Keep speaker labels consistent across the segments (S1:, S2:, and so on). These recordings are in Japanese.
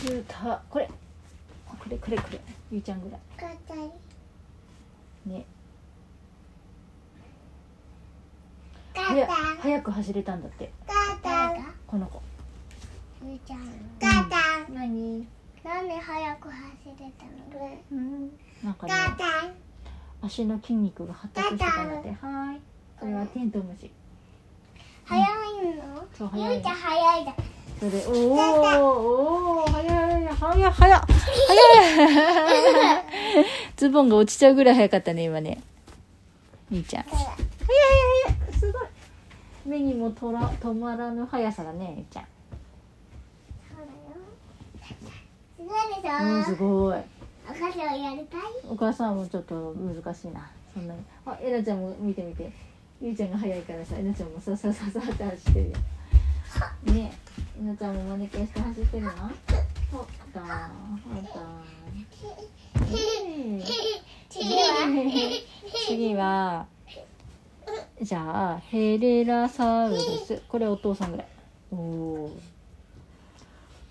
S1: キュータこれこれこれこれゆうちゃんぐらい
S2: 硬い
S1: ねは
S2: 硬い
S1: や早く走れたんだって
S2: 硬い
S1: この子
S2: ゆうちゃん
S1: 硬
S2: 硬い何なんで早く走れたの
S1: うんなんかね
S2: 硬い
S1: 足の筋肉が発達してたんだってはーいこれはテントウムシ
S2: 早い
S1: そう
S2: の
S1: 早い
S2: ゆうちゃん早いだ
S1: それでおーおー早い早い早い早いズボンが落ちちゃうぐらい早かったね今ねみーちゃん
S2: から
S1: 早い早い早いすごい目にもとら止まらぬ速さだねゆうちゃ
S2: そうだよすごいでし
S1: ん、うん、す
S2: ょ
S1: ごい
S2: お菓子をやりたい
S1: お母さんもちょっと難しいなそんなにあえなちゃんも見て見てゆうちゃんが早いからさえなちゃんもささささって走ってるよねええなちゃんもマネキンして走ってるのあったあったね
S2: 次は
S1: 次はじゃあヘレラサウルスこれお父さんぐらいおお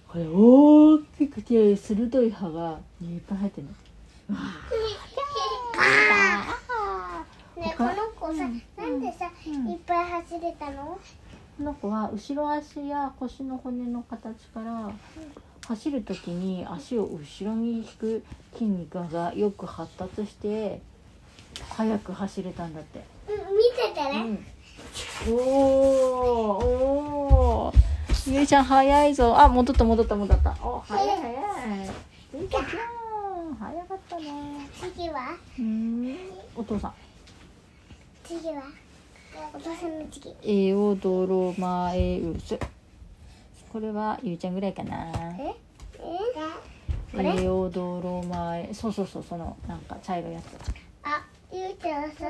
S1: これ大きくて鋭い歯がいっぱい入ってるの
S2: ねこの子さ、なんでさ、
S1: うん
S2: いっぱい走れたの
S1: この子は後ろ足や腰の骨の形から走る時に足を後ろに引く筋肉がよく発達して速く走れたんだって
S2: うん見ててね、
S1: うん、おおおゆいちゃん早いぞあ戻った戻った戻ったお早い早いゆいちゃん早かったね
S2: 次は
S1: うんお父さん
S2: 次はお父さんの次
S1: エオドロマエウスこれはゆいちゃんぐらいかな
S2: ええこれ
S1: エオドロマエそうそうそうそのなんか茶色いやつ
S2: あゆうちゃんさ、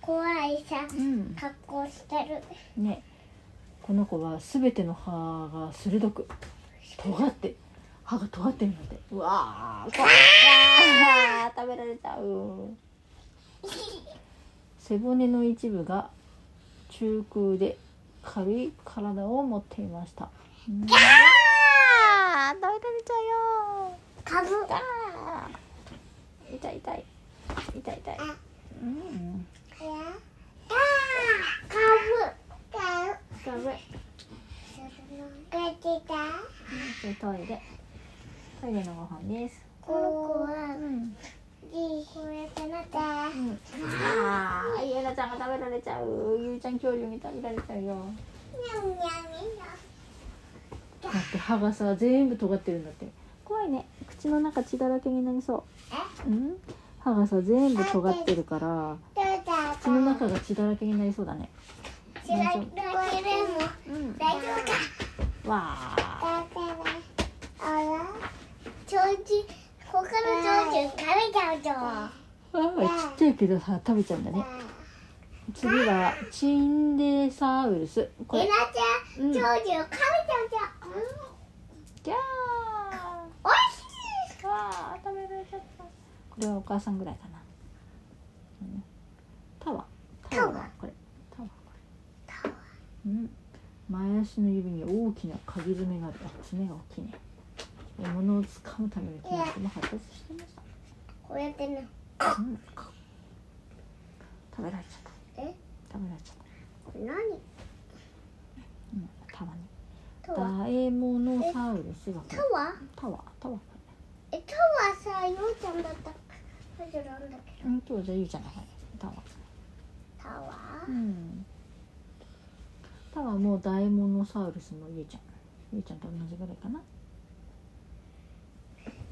S2: 怖いさ
S1: うん、
S2: 格好して る
S1: うん、ねこの子は全ての歯が鋭く尖って歯が尖ってるのでうわあ怖いわ ー食べられちゃう背骨の一部が中空で軽い体を持っていましたうん食べられちゃうよ
S2: かぶ
S1: あー痛い痛い痛い痛いうん
S2: やかぶかぶ
S1: ダメ
S2: 帰ってた
S1: じゃあトイレトイレのご飯です
S2: この子
S1: う
S2: は
S1: ん
S2: こうやってなった
S1: うんああゆなちゃんが食べられちゃうゆうちゃん恐竜に食べられちゃうよ
S2: にゃんにゃんにゃん
S1: だって歯がさ全部尖ってるんだって怖いね口の中血だらけになりそううん歯がさ全部尖ってるから
S2: どうだ
S1: 口の中が血だらけになりそうだね
S2: 白いの着るの
S1: うん
S2: 大丈夫か
S1: わあ
S2: だからあらちょうちここのちょうち食べちゃうじゃん
S1: あーちっちゃいけどさ食べちゃうんだね次はチンデサウルスこ
S2: えな
S1: れ
S2: ちゃ
S1: うん
S2: んちょうち食べちゃうじゃんうん
S1: ギャ
S2: おいしい
S1: ーわあ食べられちゃったこれはお母さんぐらいかなうんタワータワ
S2: タワ
S1: ー
S2: ー
S1: これタワーこれうん、前足の指に大きな鍵爪があるあ爪が大きいね獲物をつかむための筋肉も発達していました、
S2: こうやってね
S1: うん食べられちゃった
S2: え
S1: 食べられちゃっ
S2: これ何
S1: た、うん、たまに
S2: タワー
S1: ダエモノサウルスがこれ
S2: タワー
S1: タワータワー
S2: えタワーさようちゃんだったタジロなんだっけ
S1: うん今日じゃあゆうちゃんの方にタワー
S2: タワ
S1: う
S2: ー
S1: んタワーもダエモノサウルスもゆうちゃんゆうちゃんと同じぐらいかな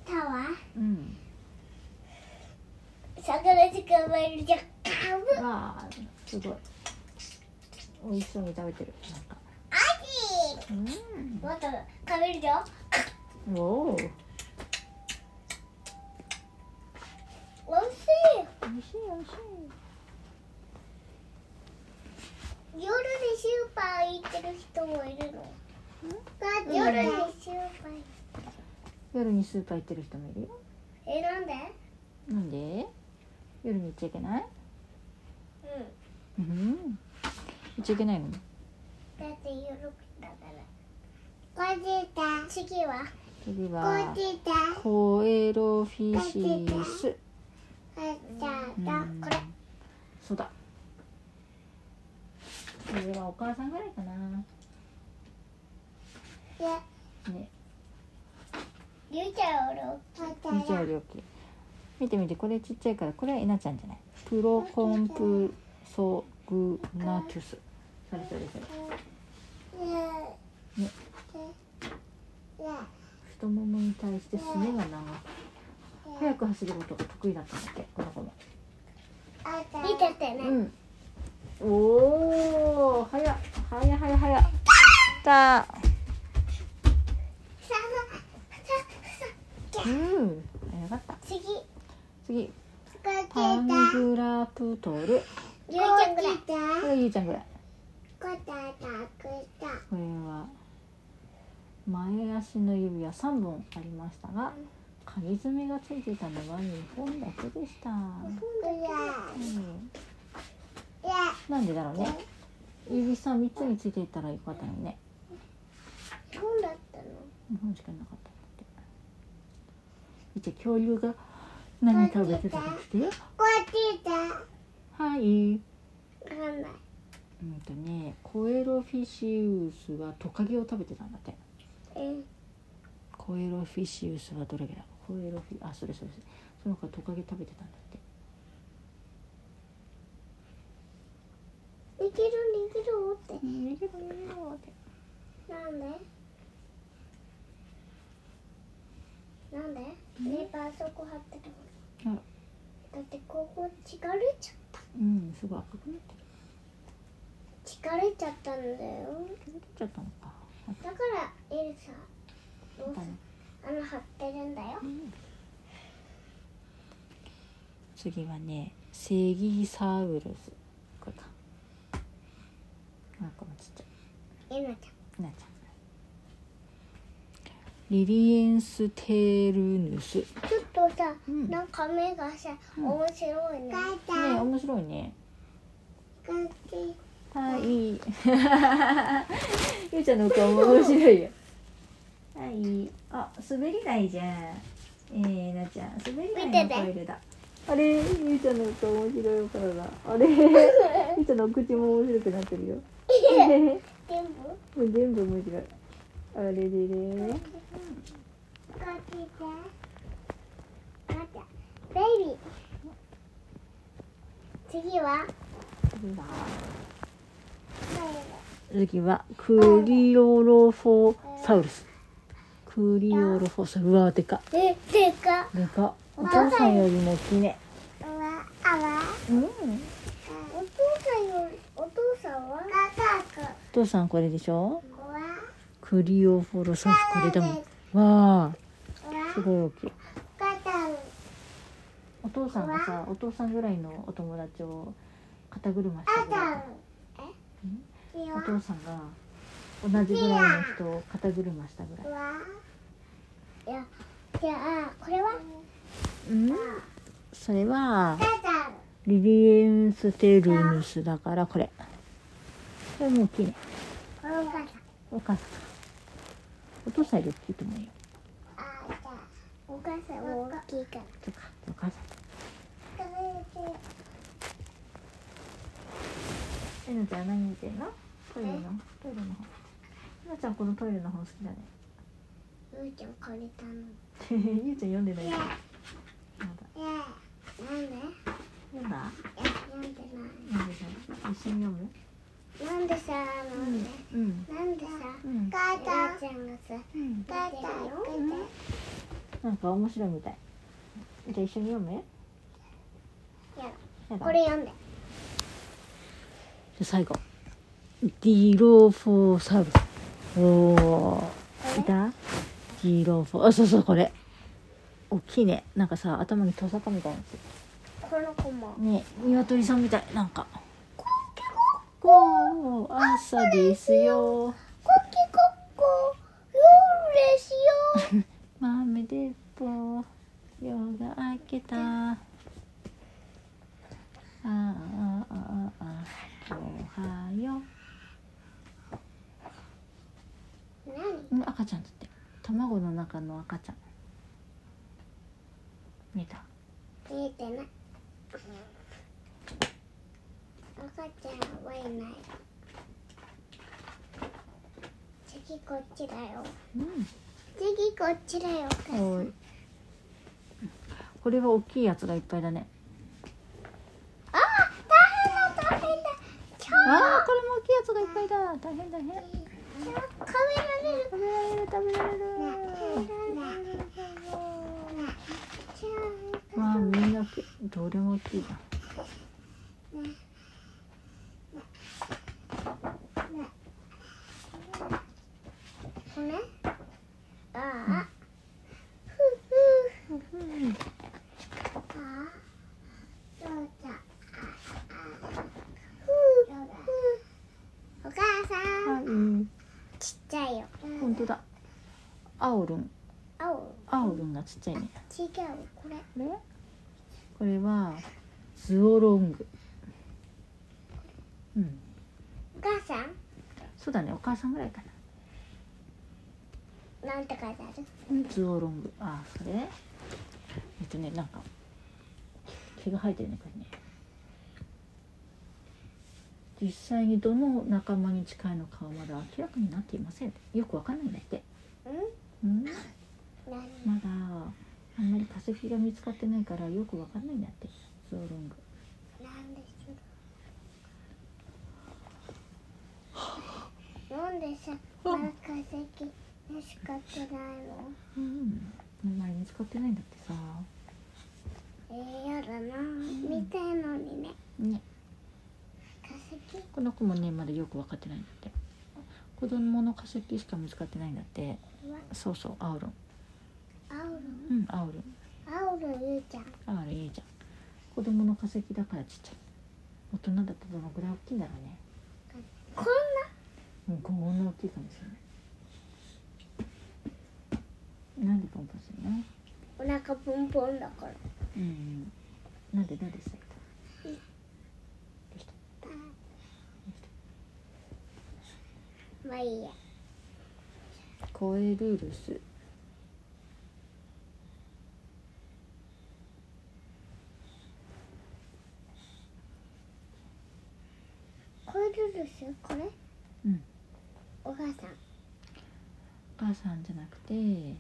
S2: タワ
S1: うん
S2: ー魚捕まえるじゃんカブ
S1: わあすごい美味しそうに食べてるなんか
S2: アジ
S1: うん
S2: また食べるじゃん
S1: おお、美
S2: おいしい
S1: 味しい美味しい。
S2: 夜にスーパー行ってる人もいるの。夜にスーパー。
S1: 夜にスーパー行ってる人もいるよ。
S2: え、なんで？
S1: なんで？夜に行っちゃいけない？
S2: うん。
S1: うん。行っちゃいけないの？
S2: だって夜だから。これでた。次は？
S1: 次
S2: こ
S1: は
S2: っちだ。
S1: コエロフィシス
S2: あっただ。これ。
S1: そうだこれはお母さんぐらいかな
S2: で、
S1: ね
S2: ゆうちゃんおる。
S1: 日曜
S2: る。
S1: 料金見て見てこれちっちゃいからこれはえなちゃんじゃないプロコンプソグナトゥスそれそれそれ
S2: ね。ね。
S1: 太ももに対してすねが長い早く走ることが得意だったんだってこの子も
S2: 見ててね。
S1: んおお早っ早っ早っ早った
S2: さあ、ささ
S1: うん早かった
S2: 次。こ
S1: 次
S2: っち
S1: パン
S2: だ。
S1: グラプトル
S2: ゆうちゃんぐらい。
S1: これゆうちゃんぐらい
S2: こっちだ。こっちだ。
S1: これは前足の指は3本ありましたが鍵爪がついていたのは2本だけでした、うん、なんでだろうね指さ3つについていたらよかったのにね
S2: 本だったの
S1: 2本しかなかったんだって見て恐竜が何食べてたかして
S2: こっちだ。
S1: はいうん
S2: わかんない。
S1: とねコエロフィシウスはトカゲを食べてたんだって
S2: え、
S1: コエロフィシウスはどれだコエロフィあそれそれそれその子はトカゲ食べてたんだって
S2: できるできるって。
S1: 逃げろ逃げろって
S2: なんでなんでねばあそこ貼ってたも
S1: あ
S2: んだってここちがれちゃ
S1: うんすごい赤くなってる
S2: ちがれちゃったんだよ
S1: 取っちゃったのか
S2: だからエルサどう
S1: だね
S2: すあの貼ってるんだよ
S1: 次はねセギサウルスこれかなんかもちっちゃ
S2: エナち
S1: いなっちゃんリリエンス・テールヌスね
S2: ゃんちょっとさ、
S1: うん
S2: なんか目がさ面白いね
S1: 面白いねはい。ゆうちゃんの顔も面白いよ。はい。あ、滑り台じゃん。えー、なちゃん、滑り台のトイレだ。あれ、ゆうちゃんの顔面白いお体。あ れ、ゆうちゃんのお口も面白くなってるよ。
S2: 全部
S1: もう全部面白い。あれれれ。
S2: こっちだあんたベイビー次は
S1: 次はクリオロフォサウルス。クリオロフォサウルス。うわ、でか。
S2: え、でか
S1: でか。お父さんよりも大きいね。
S2: うわ、あわ
S1: うん。
S2: お父さんより、お父さんはかかく
S1: お父さんこれでしょ
S2: うわ、
S1: クリオフォロサウスこれだもんわ
S2: うわ
S1: あすごい大きい
S2: かたん
S1: お父さんがさお父さんぐらいのお友達を肩車して
S2: あ
S1: くれ
S2: たん
S1: た
S2: え
S1: お父さんが同じぐらいの人を肩車したぐら
S2: う
S1: い
S2: わいや、じゃあ、これは
S1: うんそれは
S2: かたん
S1: リリエンステルヌスだからこれこれも大きいね
S2: これもかたん
S1: お母さんお父さんより大きいと思うよ
S2: あ、じゃあお母さんも大きいから
S1: そっかお母さんえなちゃん何見てんのトイレのトイレの方えなちゃんこのトイレの本好きだね
S2: ゆうちゃん借りたの
S1: ゆうちゃん読んでない
S2: い
S1: よ
S2: や
S1: まだ
S2: いやなんで
S1: 読んだ
S2: いやなんでな
S1: 読んでない一緒に読む
S2: いなんでさなんで、
S1: うん
S2: なんでさ、
S1: うん
S2: 母ちゃんちゃんがさ
S1: うん
S2: 母ちゃんよ
S1: なんか面白いみたいじゃあ一緒に読む
S2: や
S1: やだ
S2: これ読んで
S1: じゃあ最後ディロフォーサウルスおおいたディロフォーあそうそうこれ大きいねなんかさ頭にトサカみたいなや
S2: この子も
S1: つね鶏さんみたいなんかおー朝ですよ
S2: コッキコッコ夜ですよ
S1: 豆鉄砲夜が明けたああああああおはよ
S2: 何
S1: ううん赤ちゃんだって
S2: あ
S1: 卵の中の赤ちゃん見た
S2: 見えてない赤ちゃんはいない次こっちだよ
S1: う
S2: 次こっちだよお母さん
S1: いこれは大きいやつがいっぱいだね
S2: あ大変だ大変だ
S1: ああこれも大きいやつがいっぱいだ大変大変
S2: 今日食べられる
S1: 食べられる食べられるわあみんな大きいどれも大きいな
S2: これああふふあどうだふふお母さん
S1: はい
S2: ちっちゃいよ
S1: 本当だアオルン
S2: 青
S1: アオルンがちっちゃいね
S2: 違うこれ
S1: これこれはズオロングうん
S2: お母さん
S1: そうだねお母さんぐらいかな
S2: なんて書いてある
S1: ズオロングああそれえっとねなんか毛が生えてるねこれね実際にどの仲間に近いのかはまだ明らかになっていませんよくわかんないんだって
S2: うん
S1: うん
S2: 何
S1: まだあんまり化石が見つかってないからよくわかんないんだってズオロング
S2: なんでしょなんでさ、まだ化石見つかってないの
S1: うんまだ見つかってないんだってさ
S2: えー、やだな見たいのにね
S1: ね
S2: 化石
S1: この子もねまだよく分かってないんだって子供の化石しか見つかってないんだって
S2: は
S1: そうそうアオロン
S2: アオル
S1: うんアオロン
S2: アオルゆうちゃん
S1: アオロンいいじゃん子供の化石だからちっちゃい大人だとどのぐらい大きいんだろうね
S2: こん
S1: うんこんな大きいかもしれないなんでポンポンするの
S2: なお腹ポンポンだから
S1: うんなんでなんでしたどうした
S2: まあいいや
S1: コエルルス
S2: コイルルスこれ
S1: うん
S2: お母さん
S1: お母さんじゃなくて来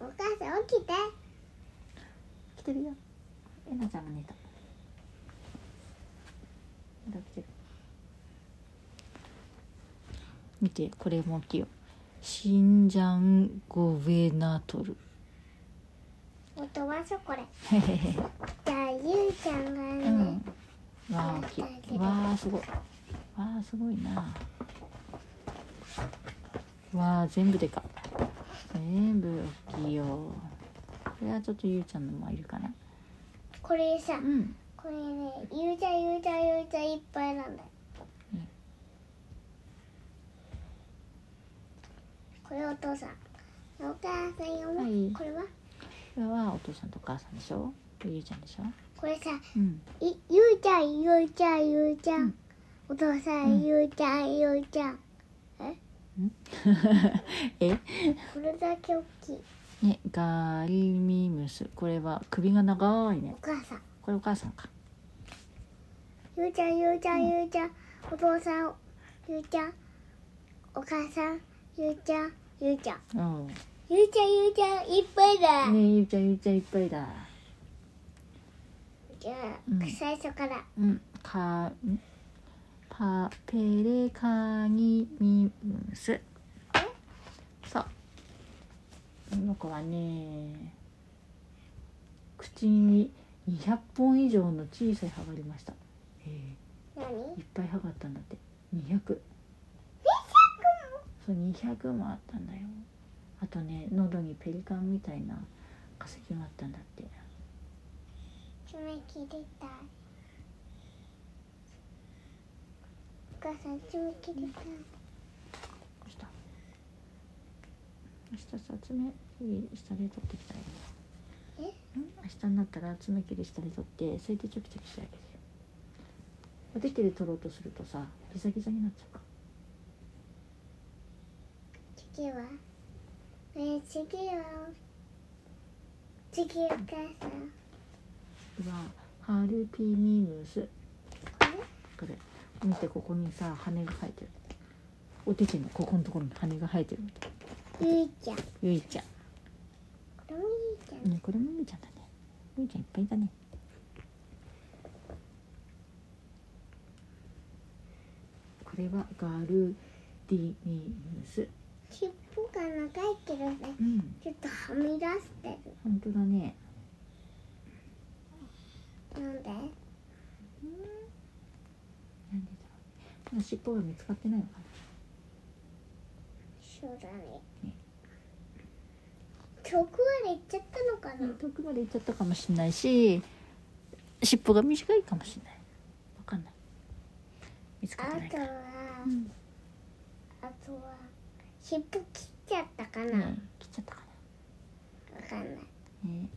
S2: お母さん起きて
S1: てるよえなちゃんが寝たまだ来てる見てこれも大きいよシンジャンゴベナトル
S2: お飛ばそうこれ
S1: へへへ
S2: じゃあゆうちゃんが
S1: う
S2: ね、
S1: んわあ大きいわあすごいわあすごいなわあ全部でか全部大きいよこれはちょっとゆうちゃんのもいるかな
S2: これさ、
S1: うん
S2: これね、ゆうちゃんゆうちゃんゆうちゃんいっぱいなんだよ。
S1: うん
S2: これお父さん。お母さんよ、
S1: はい
S2: これは
S1: これはお父さんとお母さんでしょゆうちゃんでしょ
S2: これさ、
S1: うん
S2: いゆうちゃんゆうちゃんゆうちゃん。お父さん、
S1: うん
S2: ゆうちゃんゆうちゃん。
S1: え
S2: これだけ大きい。
S1: ねガリミムスこれは首が長い
S2: お
S1: ね
S2: 母さん。
S1: これお母さんか
S2: ゆうちゃんゆうちゃんゆうちゃん。お父さん、ゆうちゃん。お母さん、ゆうちゃんゆうちゃん。
S1: うん
S2: ゆうちゃんゆうちゃんいっぱいだ。
S1: ねゆうちゃんゆうちゃんいっぱいだ
S2: じゃあ、
S1: うん
S2: 最初から。
S1: うんかんパペレカニミムスそうこの子はね口に200本以上の小さい歯がありましたへえ
S2: 何
S1: いっぱい歯があったんだって200そう200もあったんだよあとね喉にペリカンみたいな化石があったんだって
S2: 爪切りたい。お母さん爪切りたい。
S1: どうした明日さ爪切り下で取ってきたらいいよん明日になったら爪切り下で取ってそれでチョキチョキしてあげるよお手手で取ろうとするとさギザギザになっちゃうから
S2: 次はねえ次は次お母さん
S1: 次はハルピニムス
S2: こ
S1: これ見てここにさ羽が生えてるおててのここのところに羽が生えてる
S2: れゆいちゃんこ
S1: ゆいちゃ
S2: れもゆいちゃん
S1: ん、ね、これもゆいちゃんだねゆいちゃんいっぱいだねこれはガルディニムス
S2: 尻尾が長いけどね
S1: うん
S2: ちょっとはみ出してる
S1: 本当だね
S2: なんで
S1: なんでだろうまだ尻尾が見つかってないのかな
S2: そうだね
S1: ね
S2: 遠くまで行っちゃったのかな、
S1: 遠くまで行っちゃったかもしれないし尻尾が短いかもしれないわかんない見つかってな
S2: あ
S1: い
S2: と
S1: か
S2: は
S1: ら、うん
S2: あとは尻尾切っちゃったかな、
S1: う
S2: わ
S1: ん、切っちゃったか
S2: かんない
S1: な、ね、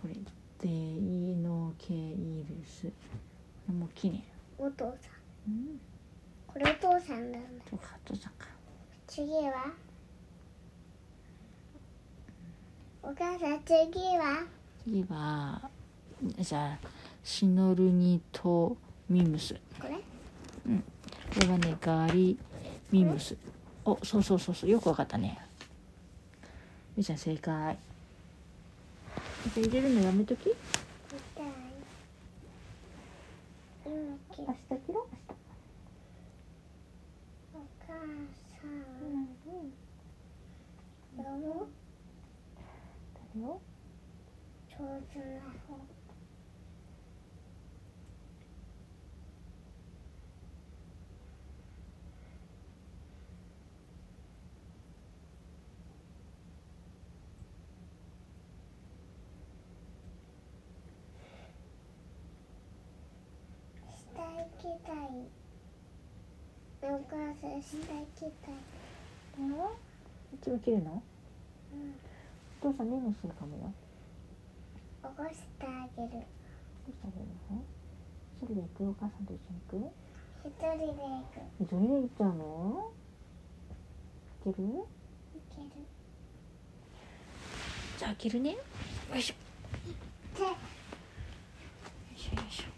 S1: これデイノケイルスこれも綺麗
S2: お父さん
S1: うん
S2: これお父さんだね
S1: そうかお父さんか
S2: 次はお母さん次は
S1: 次はじゃあシノルニとミムス
S2: これ
S1: これはねガリミムスおそうそうそうそうよくわかったねみーちゃん正解なんか入れるのやめとき
S2: みたい今切
S1: 明
S2: る
S1: 日切ろ
S2: お母さんどうも
S1: うよ
S2: 上手な方下行きたいお母さん下行きたい
S1: いつも切るの
S2: うん
S1: お父さんメモするかもよ
S2: 起こしてあげる
S1: どうしたらいいの一人で行くお母さんと一緒に行
S2: 一人で行く
S1: く一人で行っちゃうの開ける
S2: 行ける
S1: じゃあ開けるねよいしょよ
S2: 手
S1: いしょよいしょ